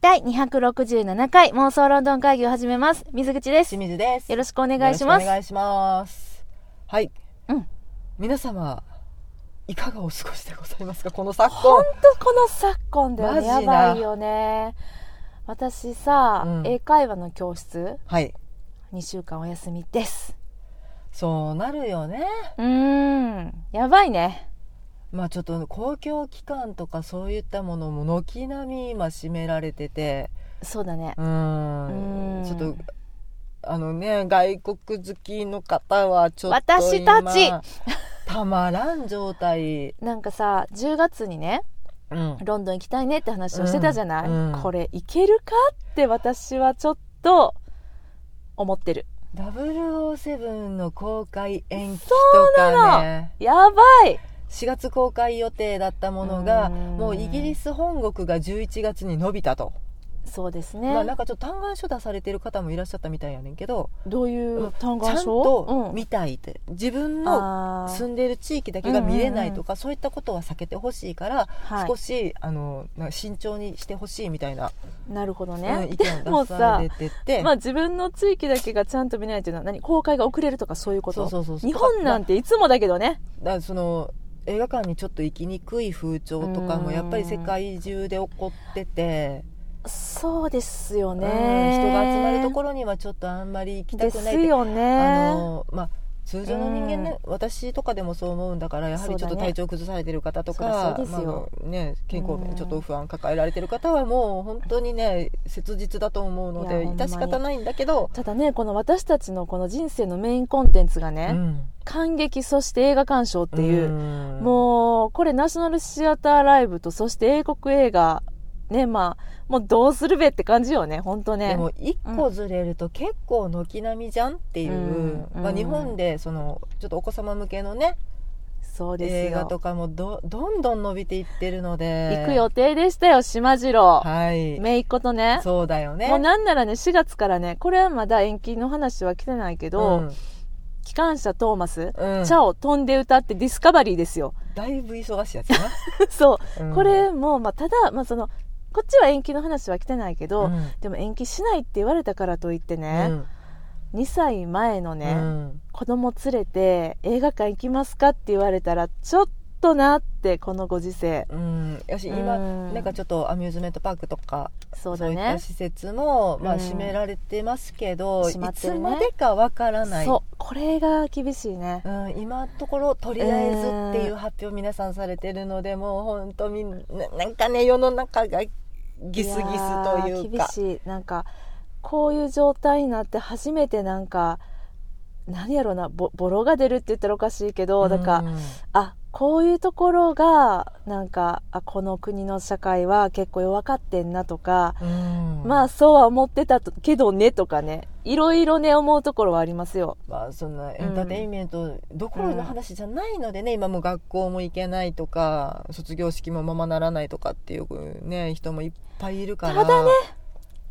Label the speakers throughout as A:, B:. A: 第267回妄想ロンドン会議を始めます。水口です。
B: 清水です。
A: よろ
B: しく
A: しくお願いします。
B: お願いします。はい。
A: うん
B: 皆様、いかがお過ごしでございますかこの昨
A: ほん
B: 今
A: と。この昨今だよね。
B: マ
A: や
B: ジな
A: ばいよね。私さ、
B: うん
A: 英会話の教室、
B: はい。
A: 2週間お休みです。
B: そうなるよね。
A: うーん。やばいね。
B: まあちょっと公共機関とかそういったものも軒並み今閉められてて、
A: そうだね
B: う。ー
A: うん
B: ん。ちょっと、あのね、外国好きの方はちょっと
A: 私たち
B: 今たまらん状態。
A: なんかさ、10月にね、
B: うん。
A: ロンドン行きたいねって話をしてたじゃない、
B: うんうん
A: これ行けるかって私はちょっと思ってる。
B: 007の公開延期と
A: そうな
B: か
A: の
B: ね。
A: やばい
B: 4月公開予定だったものが
A: うーん
B: もうイギリス本国が11月に伸びたと、
A: そうです
B: まあ、な
A: ね
B: ん。かちょっと嘆願書出されてる方もいらっしゃったみたいやねんけど
A: どういう単
B: ち
A: 語
B: ゃん
A: 書
B: と見たいって自分の
A: あー
B: 住んでる地域だけが見れないとかそういったことは避けてほしいから、
A: はい
B: 少しあのなんか慎重にしてほしいみたいな、
A: なるほど
B: うん
A: ね。
B: 意
A: で
B: 見
A: も
B: を出さ
A: さ
B: れ、てて、
A: まあ自分の地域だけがちゃんと見れないっていうのは何公開が遅れるとかそういうこと
B: そうそうそうそう
A: 日本なんていつもだけどね。
B: だからその映画館にちょっと行きにくい風潮とか
A: うー
B: も
A: ん
B: やっぱり世界中で起こってて。
A: そうですよね。
B: うん、人が集まるところにはちょっとあんまり行きた
A: で
B: く
A: す
B: ないって、
A: よね
B: あ。のまあ通常の人間ね、私とかでもそう思うんだからやはりちょっ
A: そう
B: と
A: だね
B: 体調崩されてる方と
A: そ
B: か、
A: りゃそうです
B: まああ
A: よ
B: のね、健康
A: うん
B: 面ちょっと不安抱えられてる方はもう本当にね切実だと思うの
A: いや
B: で
A: ほんま
B: 致
A: に
B: し方ないんだけど、
A: ただね、この私たちのこの人生のメインコンテンツがね、
B: ん、
A: 感激そして映画鑑賞っていう、
B: ん
A: もうこれナショナルシアターライブとそして英国映画ねまあもうどうするべって感じよね本当ね
B: でも一個ずれると結構軒並みじゃんっていう、
A: うん
B: ま
A: う
B: あ、
A: ん
B: 日本でそのちょっとお子様向けのね
A: そうですよ
B: 映画とかもどどんどん伸びていってるので
A: 行く予定でしたよ島次郎
B: はい
A: めいっ子とね
B: そうだよね。
A: もうなんならね4月からねこれはまだ延期の話は来てないけど、機関車トーマス、
B: うん、うん
A: チャオ飛んで歌ってディスカバリーです よ
B: だいぶ忙しいやつや
A: そう
B: な。うん
A: こ、れも、まあ、ただ、まあ、そのこっちは延期の話は来てないけど、
B: うん
A: でも延期しないって言われたからといって
B: う
A: ね、
B: ん
A: 2歳前のね、
B: うん
A: 子供連れて映画館行きますかって言われたらちょっとなってこのご時世
B: うん、よし今、
A: うん
B: なんかちょっとアミューズメントパークとか
A: そうだ
B: そういった
A: ね
B: 施設も、
A: う
B: まあ、
A: ん
B: 閉められてますけど、
A: 閉まっ
B: い
A: て
B: つ
A: るね
B: までかわからない、
A: そうこれが厳しいね
B: うん、今のところとりあえずっていう発表皆さんされてるのでもう本当みんななんかね世の中がギスギスとい
A: やー
B: うか
A: 厳しいなんかこういう状態になって初めてなんか何やろうなボボロが出るって言ったらおかしいけど、だから
B: うん
A: あこういうところがなんかあこの国の社会は結構弱かってんなとか、
B: うん
A: まあそうは思ってたとけどねとかねいろいろね思うところはありますよ
B: まあそんなエンターテインメントどころの話じゃないのでね、今もう学校も行けないとか卒業式もままならないとかっていうね人もいっぱいいるから
A: ただね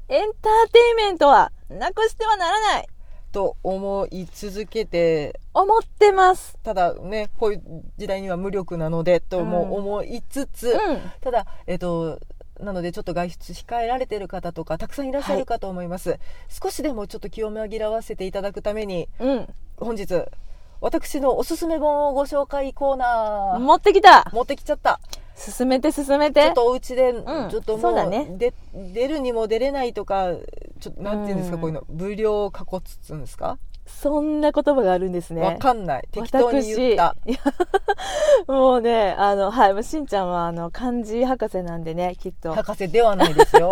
A: エンターテインメントはなくしてはならない
B: と思い続けて
A: 思ってます
B: ただねこういう時代には無力なのでとも思いつつ、
A: うん
B: ただえっとなのでちょっと外出控えられてる方とかたくさんいらっしゃるかと思います、少しでもちょっと気を紛らわせていただくために
A: うん
B: 本日私のおすすめ本をご紹介コーナー、
A: 持ってきた
B: 持ってきちゃった
A: 進めて進め
B: ちょ
A: て
B: っとお家で、
A: ん
B: ちょっと
A: そ
B: も
A: うだ
B: う
A: ね
B: で出るにも出れないとかちょっとなんていうんですか、
A: うん
B: こういうの無料過去つつんですか
A: そんな言葉があるんですね
B: わ、かんない適当に言った
A: 私いや もうねあのはいもうしんちゃんはあの漢字博士なんでねきっと
B: 博士ではないで すよ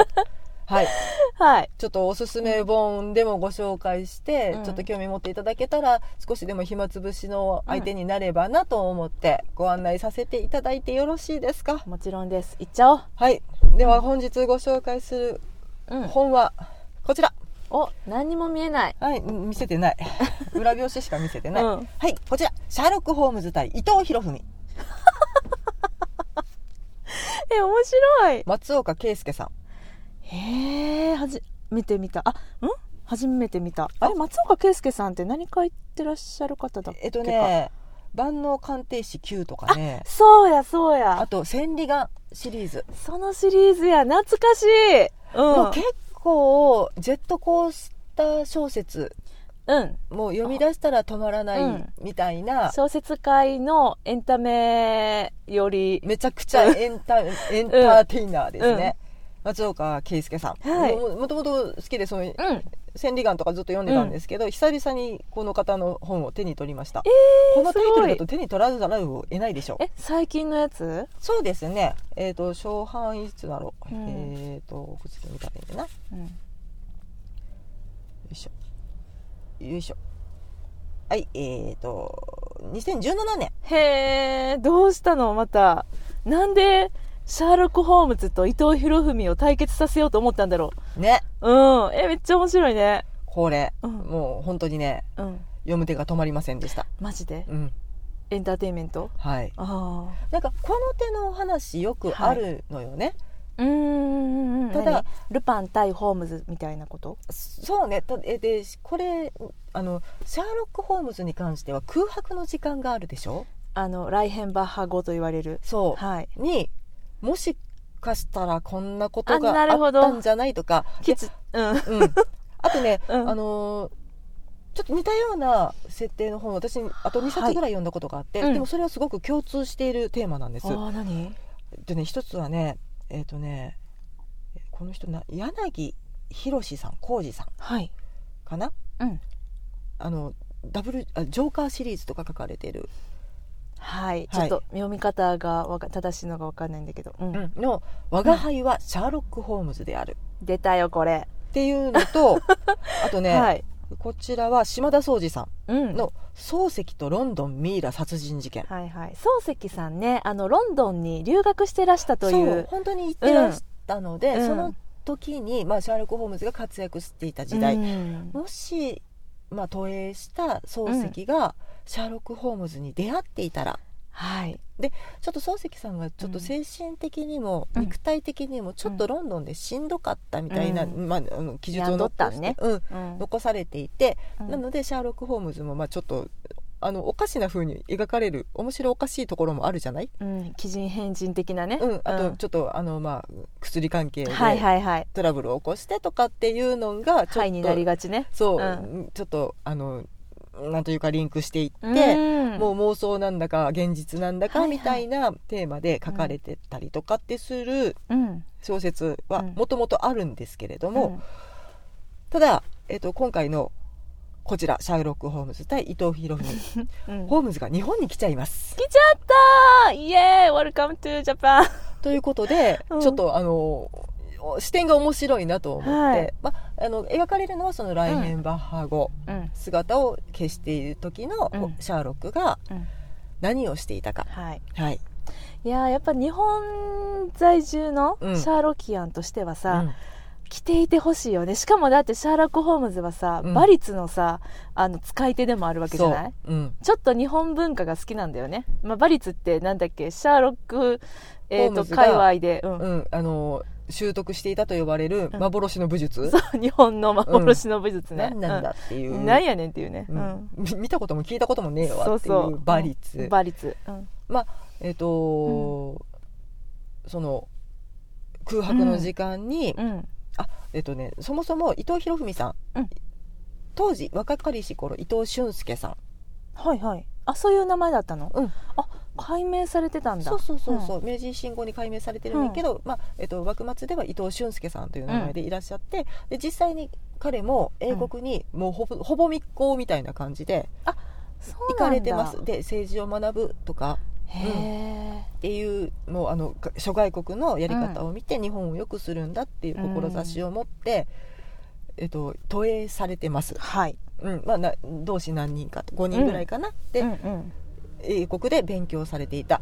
B: はい
A: はい
B: ちょっとおすすめ本でもご紹介して、
A: うん
B: ちょっと興味持っていただけたら少しでも暇つぶしの相手になればなと思ってご案内させていただいてよろしいですか
A: もちろんです行っちゃおう
B: はいでは本日ご紹介する
A: うん
B: 本はこちら
A: お何にも見えない
B: はい、見せ てない。裏表紙しか見せてない。
A: うん
B: はい、こちら、シャーロック・ホームズ対伊藤博文、
A: え面白い
B: 松岡圭介さん。
A: へえはじ見てみたあうん初めて見たあれ松岡圭介さんって何か言ってらっしゃる方だっけか
B: えっとね、万能鑑定士 Q とかね、
A: そうやそう
B: あ
A: や
B: と、千里眼シリーズ。
A: そのシリーズや懐かしいうん
B: まあ、結構ジェットコースター小説
A: うん
B: もう読み出したら止まらな
A: う
B: い
A: ん
B: みたいな、
A: 小説界のエンタメより
B: めちゃくちゃエンタエンターテイナーですね、松岡圭介さん、
A: はい
B: ももともと好きでその
A: うん
B: 千里眼とかずっと読んでたんですけど、久々にこの方の本を手に取りました、このタイトルだと手に取らざるを得ないでしょう
A: え最近のやつ
B: そうですねえっ、と初版いつだろう、
A: うん
B: えっ、とこっちで見たらいいんだなよ
A: うん
B: いしょよいしょはいえっ、と2017年
A: へえどうしたのまたなんでシャーロック・ホームズと伊藤博文を対決させようと思ったんだろ
B: ね
A: ううんえめっちゃ面白いね
B: これ、
A: うん
B: もう本当にね
A: うん
B: 読む手が止まりませんでした
A: マジで
B: うん
A: エンターテインメント
B: はい
A: あ
B: なんかこの手のお話よくあるのよね、
A: あうんうん
B: た
A: た
B: だ
A: だルパン対ホームズみたいなこと
B: そうねたえでこれあのシャーロック・ホームズに関しては空白の時間があるでしょ
A: あのライヘンバッハ語と言われる
B: そう、
A: はい
B: にもしかしたらこんなこと
A: あ
B: が
A: なる
B: あっ
A: ほど
B: たんじゃないとか
A: きつうん
B: で うん、あとね、
A: うん
B: あのーちょっと似たような設定の本私あと2冊
A: はい
B: ぐらい読んだことがあって、
A: うん
B: でもそれはすごく共通しているテーマなんです。
A: ああ何
B: でね一つはねえっ、とねこの人な柳宏さん浩二さん
A: はい
B: かな
A: うん
B: あのダブルあジョーカーシリーズとか書かれてる、
A: はい、ち
B: は
A: ょ
B: い
A: っと読み方がわか正しいのがわかんないんだけど、うん
B: の「我が輩はシャーロック・ホームズである」
A: 出たよこれ、
B: っていうの とあとね、
A: はい、
B: こちらは島田総司さ
A: うん
B: んの「漱石とロンドンミイラ殺人事件
A: はいはい漱石さんねあのロンドンに留学してらした」とい
B: そう
A: う
B: 本当に行ってらしたので、
A: うん
B: その時に、まあ、シャーロック・ホームズが活躍していた時代、
A: うん
B: もし、まあ、投影した漱石がシャーロック・ホームズに出会っていたら、
A: はい
B: ちょっと漱石さんがちょっと
A: うん
B: 精神的にも
A: うん
B: 肉体的にもちょっとロンドンでしんどかったみたいな、
A: うん
B: まあ、あの記述を
A: 宿っ
B: 残
A: た
B: して、
A: ね
B: うん、
A: うん
B: 残されていて、
A: うん
B: なのでシャーロック・ホームズもまあちょっとあのおかしな風に描かれる面白おかしいところもあるじゃない、
A: うん奇人変人的なね、
B: うん、あとちょっとあの、まあ、薬関係で
A: はいはいはい
B: トラブルを起こしてとかっていうのがちょ
A: は
B: っ
A: いに
B: と、
A: なりがちね
B: そう、
A: う
B: ちょっとあのなんというかリンクしていって。
A: うん
B: もう妄想なんだか現実なんだ
A: は
B: か
A: いはい
B: みたいなテーマで書かれてたりとかってする
A: うん
B: 小説は
A: うん
B: もともとあるんですけれども、
A: うん
B: ただ、えっと今回のこちらシャーロック・ホームズ対伊藤博文
A: うん
B: ホームズが日本に来ちゃいます。
A: 来ちゃったイエーイ Welcome to Japan
B: ということで、
A: うん
B: ちょっとあの視点が面白いなと思って、
A: はい
B: ま、あの描かれるのはそのライヘンバッハ語、
A: うん
B: 姿を消している時の
A: うん
B: シャーロックが
A: うん
B: 何をしていたか。
A: はい
B: はい
A: いやーやっぱ日本在住のシ
B: うん
A: ャーロキアンとしてはさ、
B: うん
A: 着ていてほしいよねしかもだってシャーロック・ホームズはさ、
B: うん
A: 馬律のさあの使い手でもあるわけじゃない
B: そううん
A: ちょっと日本文化が好きなんだよね、まあ、馬律ってなんだっけシャーロック、えー、
B: ホーム
A: と
B: ズが
A: 界隈で、うん
B: うん、あの習得していたと呼ばれる
A: うん
B: 幻の武術、
A: そう 日本の幻の武術ね、
B: 何なんだっていう、
A: うんなんやねんっていうね、
B: う
A: うんん
B: み見たことも聞いたこともねえわってい
A: そうそうう
B: 馬律、
A: 馬律、うん
B: えっ、と、その空白の時間に、
A: うん
B: えっ、とねそもそも伊藤博文さん、
A: うん
B: 当時若かりし頃伊藤俊介さん
A: はいはいあそういう名前だったの、
B: うん
A: あ解明されてたんだ
B: そうそうそうそう、明治維新後に改名されてるんだけど、まあえっと幕末では伊藤俊介さんという名前でいらっしゃって、で実際に彼も英国にもうほぼ,、ほぼ密航みたいな感じで
A: そう
B: 行
A: な
B: か
A: んだ
B: れてますで政治を学ぶとか
A: へえ、
B: っていうもうあのか諸外国のやり方を見て日本を良くするんだっていう志を持って、えっと、投影されてます、
A: はい
B: うんまあ、な同志何人か5人ぐらいかな、で、
A: うんうん
B: 英国で勉強されていた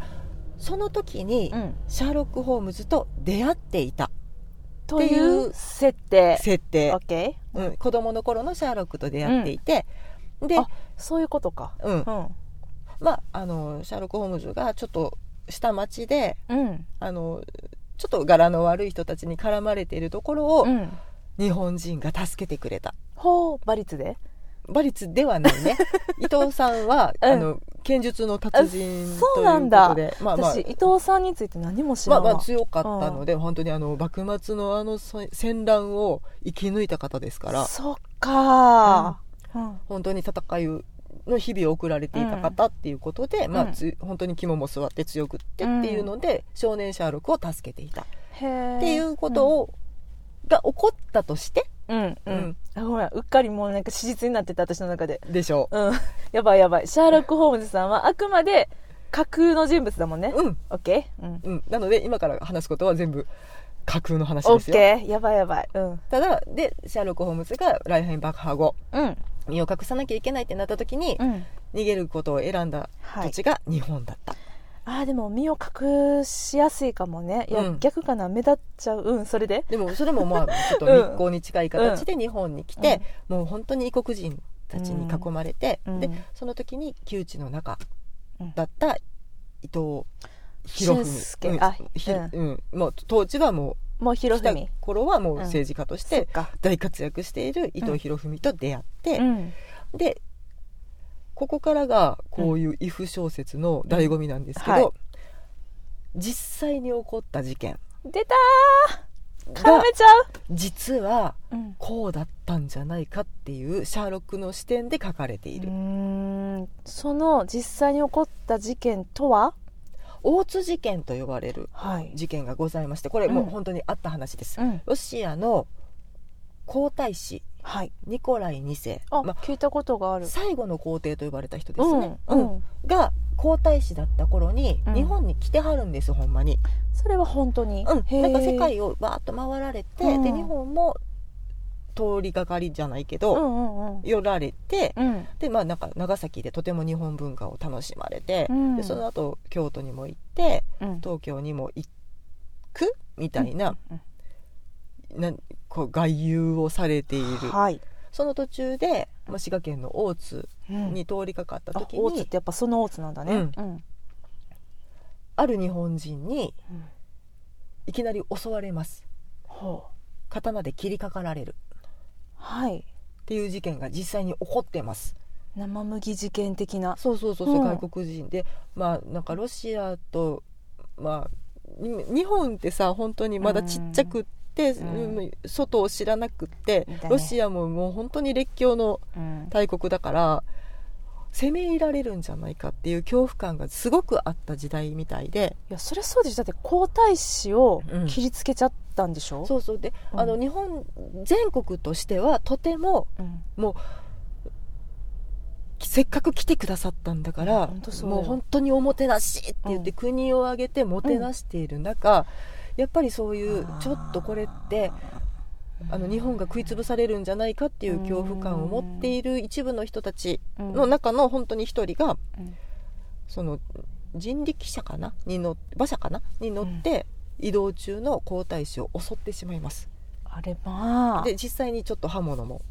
B: その時に、
A: うん、
B: シャーロック・ホームズと出会っていた
A: という設定
B: 設定、
A: OK
B: うん、子供の頃のシャーロックと出会っていて、で
A: あ、そういうことか
B: う
A: う
B: ん
A: ん
B: まあ、あのシャーロック・ホームズがちょっと下町で
A: うん
B: あのちょっと柄の悪い人たちに絡まれているところを、
A: うん
B: 日本人が助けてくれた
A: ほう馬率で
B: 馬律ではない ね伊藤さんは、
A: うん
B: あの剣術の達人
A: そ
B: と
A: う
B: いう
A: な
B: こ
A: んだ
B: とでまあまあ
A: 私伊藤さんについて何も知
B: まあ
A: ら
B: ま
A: ない、
B: あ強かったので、本当にあの幕末のあの戦戦乱を生き抜いた方ですから
A: そっか、うん
B: 本当に戦いの日々を送られていた方っていうことで、まあ、つ本当に肝も座って強くってっていうので、少年シャーロックを助けていたっ
A: へえ
B: ていうことを、が起こったとして
A: うんうん、
B: うん
A: あごめんうっかりもうなんか史実になってた私の中で
B: でしょ
A: うん やばいやばいシャーロック・ホームズさんはあくまで架空の人物だもんね、
B: う。うん、
A: オッケーうん
B: うん、なので今から話すことは全部架空の話
A: オ
B: です
A: ッ
B: よ。
A: ケーやばいやばいうん
B: ただでシャーロック・ホームズがライフェン爆破後
A: うん
B: 身を隠さなきゃいけないってなった時に、
A: うん
B: 逃げることを選んだ
A: は
B: 土
A: い
B: 地が日本だった、
A: あーでも身を隠しやすいかもねいや、
B: うん
A: 逆かな目立っちゃううんそれで
B: でもそれもまあちょっと
A: うん
B: 密航に近い形で日本に来て、もう本当に異国人たちに囲まれて、
A: うん
B: で
A: うん
B: その時に旧知の中だった伊藤博
A: 俊
B: 文
A: 介
B: うん
A: あ
B: ひ
A: うん
B: うんもう当時はも
A: もう
B: う
A: 広
B: 来た
A: 文
B: 頃はもう政治家とし
A: そってか
B: 大活躍している伊藤博文と出会って、
A: うん
B: でここからがこういう「イフ小説の醍醐味なんですけど、
A: うんはい
B: 実際に起こった事件
A: 出たー絡
B: が
A: めちゃう、
B: 実は
A: うん
B: こうだったんじゃないかっていうシャーロックの視点で書かれている、
A: うーんその実際に起こった事件とは
B: 大津事件と呼ばれる
A: はい
B: 事件がございましてこれ
A: うん
B: もう本当にあった話です、
A: うん
B: ロシアの皇太子
A: はい
B: ニコライ2世
A: あ、
B: まあ
A: 聞いたことがある
B: 最後の皇帝と呼ばれた人ですね、
A: うん、
B: うん
A: うん、
B: が皇太子だった頃に
A: うん
B: 日本に来てはるんです、ほんまに、
A: それは本当に、
B: うん、
A: へー
B: なんか世界をバーッと回られて、
A: うん
B: で日本も通りがかりじゃないけ
A: うんう
B: ど、
A: んうん
B: 寄られて、
A: うん
B: でまあなんか長崎でとても日本文化を楽しまれて、
A: うん
B: でその後京都にも行って
A: うん
B: 東京にも行くみたいな,、
A: うん
B: なんこう外遊をされている
A: はい、
B: その途中で、まあ、滋賀県の大津
A: うん
B: に通りかかった
A: あ
B: 時に、
A: 大津ってやっぱその大津なんだね
B: うん
A: うん
B: ある日本人に
A: うん
B: いきなり襲われます
A: ほう
B: 刀で切りかかられる
A: はい
B: っていう事件が実際に起こってます
A: 生麦事件的な
B: そうそうそうそう、
A: うん
B: 外国人でまあなんかロシアとまあに日本ってさ本当にまだちっちゃく
A: う
B: って、
A: ん
B: うん外を知らなくって、
A: だね
B: ロシアももう本当に列強の
A: うん
B: 大国だから攻め入られるんじゃないかっていう恐怖感がすごくあった時代みたいで
A: いやそれそうでしょだって皇太子を
B: うん
A: 切りつけちゃったんでしょ、
B: そうそうで、
A: うん
B: あの日本全国としてはとても
A: うん
B: せっかく来てくださったんだから、
A: うん本当そうだよ
B: もう本当におもてなしって言って、
A: うん
B: 国を挙げてもてなしている中、やっぱりそういう
A: あー
B: ちょっとこれってあの日本が食い潰されるんじゃないかっていう恐怖感を持っている一部の人たち
A: うん
B: の中の本当に一人が
A: うん
B: その人力車かなに乗っ馬車かなに乗って移動中の皇太子を襲ってしまいます。
A: あれまあ
B: で実際にちょっと刃物も、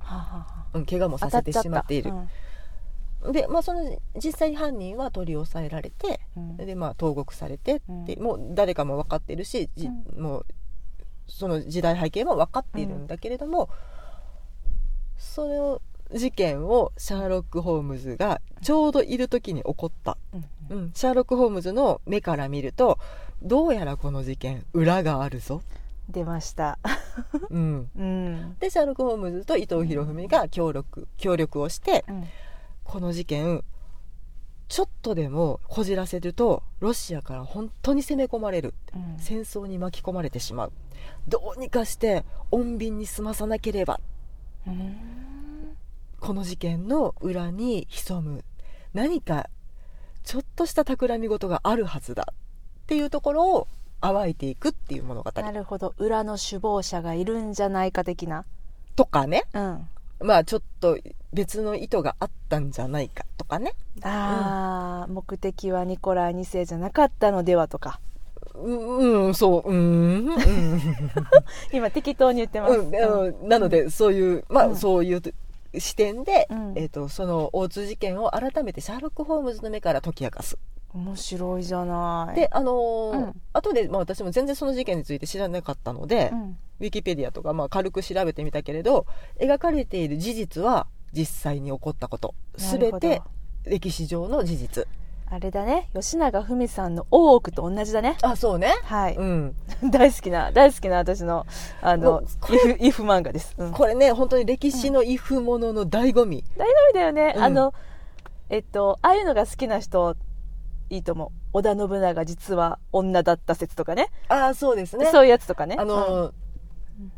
A: はあはあはあ
B: うん、怪我もさせてしまっている
A: 当。たっちゃっ
B: で、まあ、その実際に犯人は取り押さえられて
A: たうんうん
B: で、まあ、投獄されてって、
A: う
B: もう誰かも分かってるし、じ
A: う
B: もうその時代背景も分かっているんだけれども、その事件をシャーロック・ホームズがちょうどいる時に起こった、
A: うん
B: うん、シャーロック・ホームズの目から見るとどうやらこの事件裏があ るぞ、
A: 出ました
B: うん、
A: うん
B: でシャーロック・ホームズと伊藤博文が協力協力をして、
A: うん
B: この事件ちょっとでもこじらせるとロシアから本当に攻め込まれる
A: うん
B: 戦争に巻き込まれてしまうどうにかして穏便に済まさなければ
A: うん
B: この事件の裏に潜む何かちょっとした企み事があるはずだっていうところを暴いていくっていう物語
A: なるほど裏の首謀者がいるんじゃないか的な
B: とかね
A: うん
B: まあちょっと別の意図があったんじゃないかとかね
A: あー、目的はニコライ2世じゃなかったのではとか
B: うんうんそううんうん
A: 今適当に言ってます、
B: うん、あのなので、そういう、まあ、
A: うん
B: そういう視点で、
A: うん
B: えっとその大津事件を改めてシャーロック・ホームズの目から解き明かす。
A: 面白いじゃない
B: で、あのー
A: うん
B: 後で、まあ、私も全然その事件について知らなかったので
A: う、ん
B: ウィキペディアとか、まあ、軽く調べてみたけれど描かれている事実は実際に起こったこと
A: なるほ
B: 全
A: ど
B: て歴史上の事実
A: あれだね吉永文さんの「大奥」と同じだね
B: あそうね
A: はい、
B: うん
A: 大好きな大好きな私のあ
B: も
A: の
B: う
A: イフイフ漫画です、うん、
B: これね本当に歴史の威風ものの醍醐味、
A: 大丈夫だよね、
B: うん
A: あのえっとああいうのが好きな人いいと思う織田信長実は女だった説とかね
B: ああそうですね
A: そういうやつとかね
B: あ
A: うん
B: の、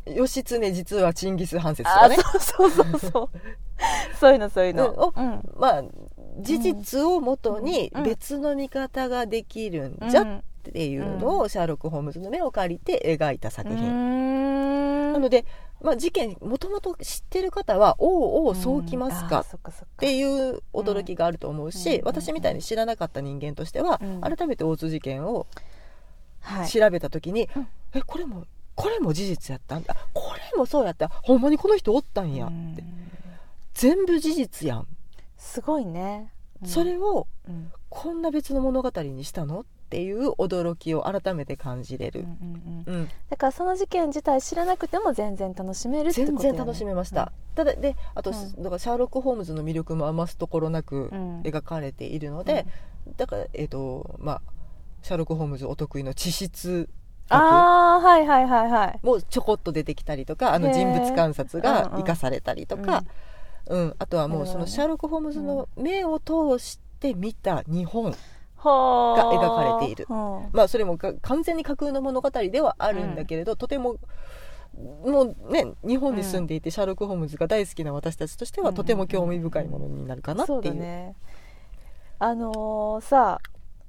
B: 義経実はチンギス・ハン説と
A: あ
B: かね
A: ーそうそうそうそうそう いうのそういうの、
B: う
A: うん
B: まあ事実をもとに
A: うん
B: 別の見方ができるんじゃ
A: う
B: っ
A: ん
B: ていうのをシャーロック・ホームズの目を借りて描いた作
A: う
B: 品、
A: ーん
B: なので、まあ、事件もともと知ってる方は「おうおうそうきます
A: うんあ
B: か」
A: ーそっかそっ
B: っ
A: か
B: ていう驚きがあると思うし、
A: うん
B: 私みたいに知らなかった人間としては、
A: うん
B: 改めて大津事件を
A: はい
B: 調べた時に、
A: うん
B: えこれもこれも事実やったんだこれもそうやったほんまにこの人おったんやっ
A: うん
B: て、全部事実やん、
A: すごいね、うん
B: それを
A: うん
B: こんな別の物語にしたのっていう驚きを改めて感じれ
A: うんう
B: る、
A: んうん
B: うん
A: だからその事件自体知らなくても全然楽しめるってこと
B: 全
A: よね
B: 然楽しめました、ただであと、
A: うん
B: だからシャーロック・ホームズの魅力も余すところなく
A: うん
B: 描かれているので、だからえっ、とまあシャーロック・ホームズお得意の地質学
A: ああはいはいはいはい
B: もちょこっと出てきたりとかあ
A: へ
B: の
A: ー
B: 人物観察
A: う
B: が
A: んうん
B: 生かされたりとか、うんあとはもう
A: なるほ
B: そ
A: ど
B: の
A: ね
B: シャーロック・ホームズの目を通して見た日本、
A: が
B: が描かれているまあそれもか完全に架空の物語ではあるんだけれど、とてももうね日本に住んでいて、シャーロック・ホームズが大好きな私たちとしては、
A: うん
B: とても興味深いものになるかなって
A: そ
B: い
A: ううだねあのーさ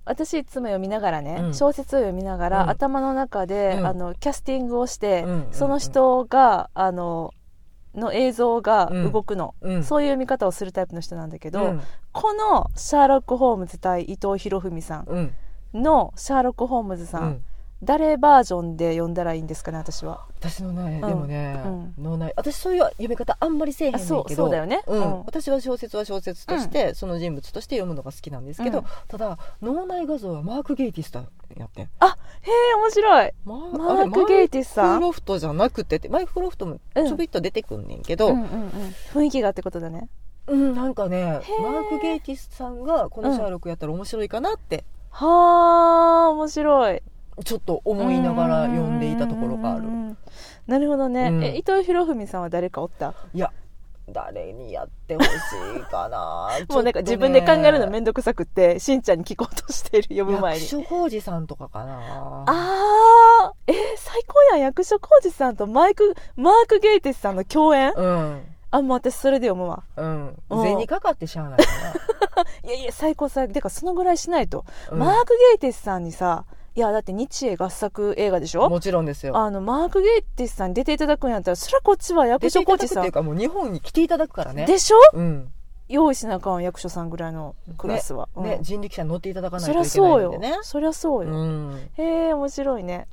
A: 私いつも読みながらね、
B: うん
A: 小説を読みながら、
B: うん
A: 頭の中で、
B: うん
A: あのキャスティングをして、
B: うんうんうん
A: その人があのの映像が動くの、
B: うん
A: そういう見方をするタイプの人なんだけど、
B: うん
A: このシャーロック・ホームズ対伊藤博文さん
B: うん
A: のシャーロック・ホームズ
B: う
A: さん、
B: ん
A: 誰バージョンで読んだらいいんですかね私は。
B: 私のね、
A: うん
B: でもね、
A: うん
B: 脳内私そういう読み方あんまりせえへんねん
A: あ
B: けど
A: そうそうだよね
B: うん
A: うん
B: 私は小説は小説として、その人物として読むのが好きなんですけど、
A: うん
B: ただ脳内画像はマーク・ゲイティスだやってん
A: へえ面白い
B: マ
A: マーク・ゲイティス
B: マイ
A: さ
B: ク
A: ん、
B: ロフトじゃなくてってマイクロフトもちょびっと出てくんねんけど、
A: うんうんうん、雰囲気がってことだね。
B: うん、なんかねマーク・ゲイティスさんがこのシャーロックやったら面白いかなって
A: はあ面白い
B: ちょっと思いながら読んでいたところがあ
A: う
B: る
A: んうんうんなるほどね、
B: うん
A: え伊藤博文さんは誰かおった
B: いや誰にやってほしいかな
A: もうなんか自分で考えるの
B: っ
A: 面倒くさくってしんちゃんに聞こうとしてる読む前に
B: 役所広司さんとかかな
A: あーえー最高やん役所広司さんとマイクマーク・ゲイティスさんの共演
B: うん
A: あもう私それで読むわ
B: うん
A: うん
B: 銭かかってしゃあないか
A: いやいや最高最高てかそのぐらいしないと、
B: な、うん
A: マーク・ゲイティスさんにさいやだって日英合作映画でしょ
B: もちろんですよ
A: あのマーク・ゲイティスさんに出ていただくんやったらそりゃこっちは役
B: 出て
A: 所
B: いた
A: 広司
B: だくって
A: さ
B: い
A: ん
B: うかもう日本に来ていただくからね
A: でしょ
B: うん
A: 用意しなあかん役所さんぐらいのクラスは、うん
B: ね人力車に乗っていただかない
A: そ
B: とい
A: り
B: け
A: ゃ
B: ない
A: そうよ
B: んでね
A: そりゃそうよ、
B: うん
A: へえ面白いね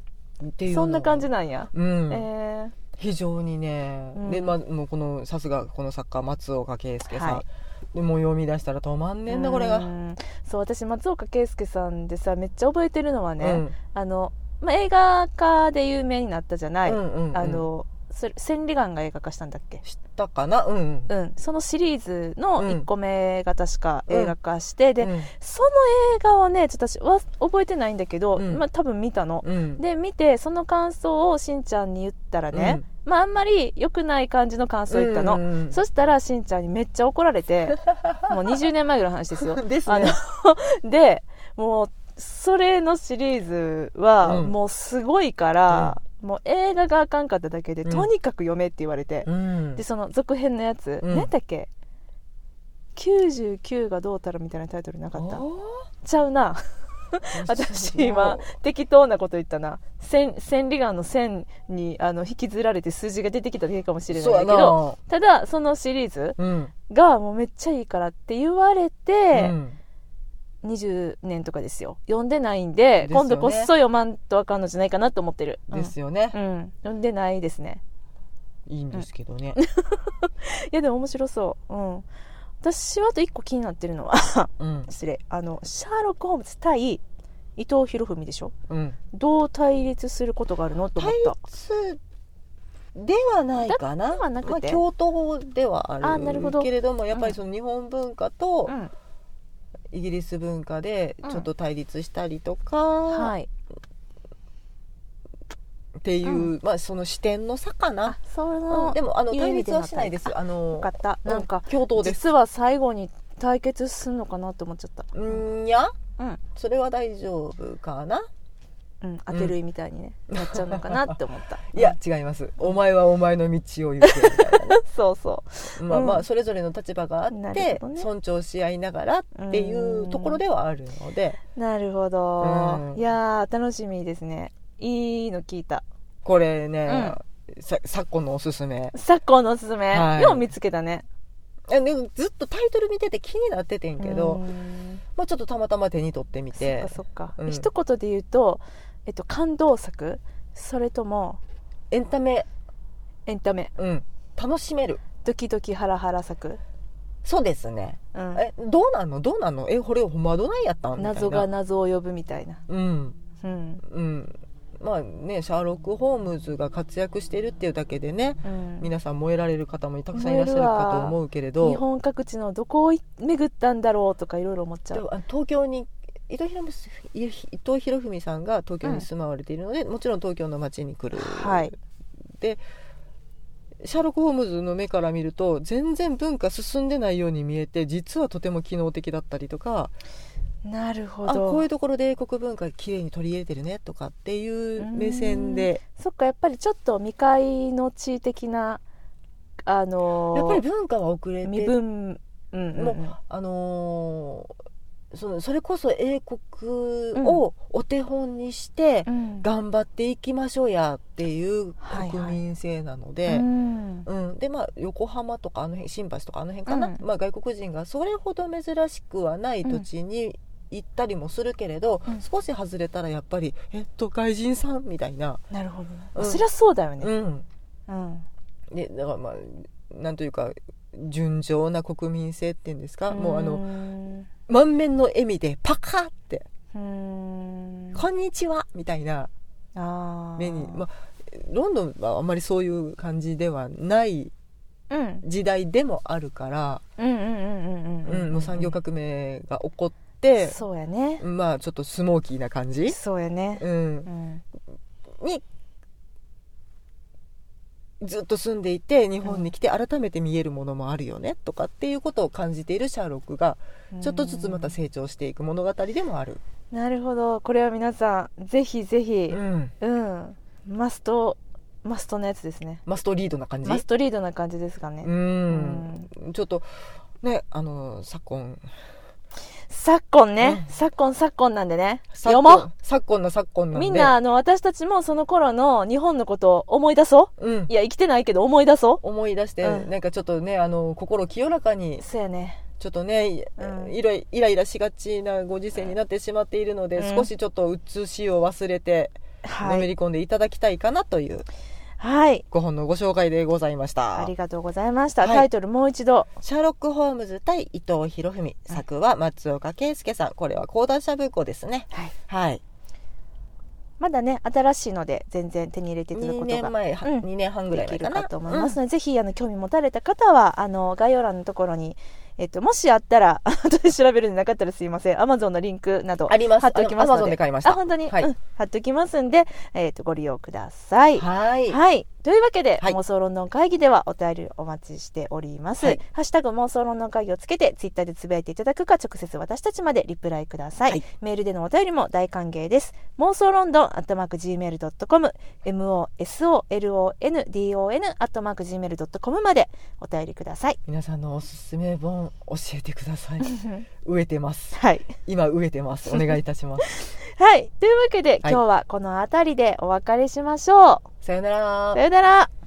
B: っていうの
A: そ
B: が
A: んな感じなんや、
B: うん、
A: えー
B: 非常にね、
A: うん
B: で、まあ、もうこのさすがこの作家松岡圭介さん、
A: はい
B: でもう読み出したら止まんねんなこれ
A: う
B: が、
A: んそう私松岡圭介さんでさめっちゃ覚えてるのはね、
B: うん
A: あの、まあ、映画化で有名になったじゃない、
B: うんうんうん
A: あのそれ千里眼が映画化したんだっけ
B: 知ったかなうんうん
A: うん、そのシリーズの1個目が確か
B: うん
A: 映画化して、で、
B: うん
A: その映画はねちょっと私は覚えてないんだけど、
B: うん
A: まあ、多分見たの、
B: うん
A: で見てその感想をしんちゃんに言ったらね、まああんまり良くない感じの感想を言ったの、
B: うんうんうん
A: そしたらしんちゃんにめっちゃ怒られ てもう20年前ぐらいの話ですよ
B: ですね
A: のでもうそれのシリーズは
B: うん
A: もうすごいから、もう映画があかんかっただけで、
B: うん
A: とにかく読めって言われて
B: う、ん
A: でその続編のやつ、
B: うん
A: 何だっけ99がどうたらみたいなタイトルなかった
B: お
A: ちゃう な
B: ー
A: 私今適当なこと言ったな千千里眼の線にあの引きずられて数字が出てきただけかもしれないん
B: そう
A: だ
B: や
A: けどた
B: な
A: だそのシリーズ
B: うん
A: がもうめっちゃいいからって言われて
B: う、ん
A: 20年とかですよ読んでないんで
B: ですよ
A: 今
B: ね
A: 度こっそ読まんとあかんのじゃないかなと思ってるうん
B: ですよね
A: う、ん、読んでないですね
B: いいんですけどね、
A: いやでも面白そううん私はあと1個気になってるのは
B: うん
A: 失礼あのシャーロック・ホームズ対伊藤博文でしょ
B: うん、
A: どう対立することがあるのと思
B: 対
A: った
B: 立ではないかな
A: だではなくて
B: まあ、京都法ではあ
A: あなるほど
B: るけれどもやっぱ
A: うん
B: りその日本文化と
A: うん
B: イギリス文化で
A: うん
B: ちょっと対立したりとか、
A: はい
B: っていう、
A: う
B: まあ、その視点の差か
A: あ
B: な、
A: そ
B: うん
A: の
B: でもあの
A: いう
B: 対
A: 意味
B: 立
A: での
B: はしないです
A: 対
B: あの
A: よかった
B: うん
A: なんか
B: 共闘です
A: 実は最後に対決すんのかなって思っちゃった
B: うーんいや
A: うん
B: それは大丈夫かな
A: うん当てる意みたいにねなっちゃうのかなって思 った
B: いや違いますお前はお前の道を行けみたいな
A: うんそうそ
B: まあま
A: う
B: あ
A: ん
B: それぞれの立場があっ
A: なる
B: て
A: ほどね
B: 尊重し合いながらっていうところではあるので
A: うなるほど
B: うん
A: いやー楽しみですねいいの聞いた
B: これね、さ昨今のおすすめ
A: 昨今のおすすめ、
B: はい
A: よう見つけたね
B: えでもずっとタイトル見てて気になっててんけど、
A: うん
B: まあ、ちょっとたまたま手に取ってみて
A: そっかそっか、
B: うん
A: 一言で言うと、えっと、感動作それとも
B: エンタメ、
A: エンタメ
B: うん、楽しめる
A: ドキドキハラハラ作、
B: そうですね
A: うん、
B: えどうなんのどうなんのえこれほんまどないやったんみたいな
A: 謎が謎を呼ぶみたいな、
B: うん
A: うん
B: うんまあねシャーロック・ホームズが活躍してるっていうだけでね
A: うん、
B: 皆さん燃えられる方もたくさんいらっしゃるかと思うけれど
A: 日本各地のどこをい巡ったんだろうとかいろいろ思っちゃ
B: で
A: う、
B: もあの東京に伊藤博文伊藤博文さんが東京に住まわれているので、もちろん東京の街に来る、
A: はい
B: でシャーロック・ホームズの目から見ると全然文化進んでないように見えて実はとても機能的だったりとか
A: なるほ
B: あ
A: ど
B: こういうところで英国文化きれいに取り入れてるねとかっていう目線で
A: そっかやっぱりちょっと未開の地的なあのー
B: やっぱり文化は遅れ
A: 身
B: て
A: 分、うんうんうん
B: もうあのーそのそれこそ英国をお手本にして、
A: うん
B: 頑張っていきましょうやっていう
A: はいはい
B: 国民性なので、
A: うん
B: うん、でまあ横浜とかあの辺新橋とかあの辺かな、
A: うん
B: まあ、外国人がそれほど珍しくはない土地に行ったりもするけれど、
A: うん
B: 少し外れたらやっぱり「えっと外人さん?」みたいな、
A: なるほどね、
B: うん
A: そりゃそうだよね、
B: うん、
A: うん
B: でだからまあなんというか純情な国民性っていうんですか、もうあの
A: の
B: 満面の笑みでパカって
A: うん
B: 「こんにちは」みたいな
A: あー
B: 目に、まあ、ロンドンはあんまりそういう感じではない
A: うん
B: 時代でもあるから、
A: うんうんうんうん
B: うん
A: うん
B: もう産業革命が起こって、
A: そうやね
B: まあちょっとスモーキーな感じ、
A: そうやね
B: うん
A: う、ん
B: にずっと住んでいて日本に来て改めて見えるものもあるよねとかっていうことを感じているシャーロックがちょっとずつまた成長していく物語でもある、
A: なるほどこれは皆さんぜひぜひ
B: うん、
A: うんマストマストのやつですね
B: マストリードな感じ
A: マストリードな感じですかね
B: うん、ちょっとねあの昨今
A: 昨今ね
B: う
A: 昨今昨今なんでね
B: 昨
A: 読
B: 今
A: もう
B: 昨今の昨今なんで
A: みんなあの私たちもその頃の日本のことを思い出そ
B: うん
A: ういや生きてないけど思い出そ
B: 思い出して、
A: うん
B: なんかちょっとねあの心清らかに
A: うそうやね
B: ちょっとね、い
A: うん
B: いろいイライラしがちなご時世になってしまっているので、
A: うん
B: 少しちょっとうつしを忘れて
A: は
B: のめ
A: い
B: り込んでいただきたいかなという
A: はい
B: 5本のご紹介でございまし
A: あ
B: た
A: りがとうございました
B: はい
A: タイトルもう一度
B: シャーロック・ホームズ対伊藤博文作は松岡圭介さんこれは講談社文庫ですね
A: はい
B: はい
A: まだね新しいので全然手に入れていただく
B: 2
A: ことが
B: 年前、は
A: うん
B: 2年半ぐら
A: で
B: い前
A: き
B: か
A: る
B: な
A: かと思いますので、ぜひあの興味持たれた方はあの概要欄のところに、えっと、もしあったら 後で調べるんでなかったらすいません Amazon のリンクなど
B: あります
A: 貼っておきますので
B: あの Amazon で買いました
A: あ本当に、
B: はい
A: うん貼っておきますんで、えっと、ご利用ください
B: うんはい
A: はい。というわけで、
B: はい
A: 妄想ロンドン会議ではお便りお待ちしております。
B: はい
A: ハッシュタグ妄想ロンドン会議をつけて、ツイッターでつぶやいていただくか、直接私たちまでリプライください。
B: はい
A: メールでのお便りも大歓迎です。妄想ロンドン、アットマーク Gmail.com、MOSOLONDON、アットマーク Gmail.com までお便りください。
B: 皆さんのおすすめ本教えてください植えてます
A: はい。
B: 今植えてますお願いいたします
A: はい。というわけで、
B: はい
A: 今日はこの辺りでお別れしましょう。
B: さよなら
A: さよなら。